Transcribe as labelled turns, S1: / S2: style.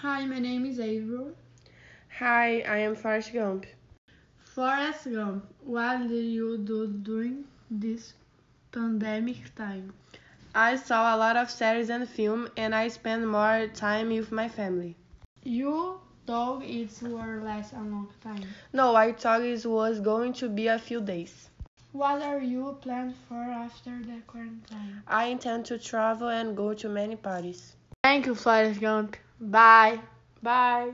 S1: Hi, my name is Avery.
S2: Hi, I am Forrest Gump.
S1: Forrest Gump, what did you do during this pandemic time?
S2: I saw a lot of series and film, and I spent more time with my family.
S1: You thought it would last a long time.
S2: No, I thought it was going to be a few days.
S1: What are you planned for after the quarantine?
S2: I intend to travel and go to many parties.
S1: Thank you, Forrest Gump. Bye.
S2: Bye.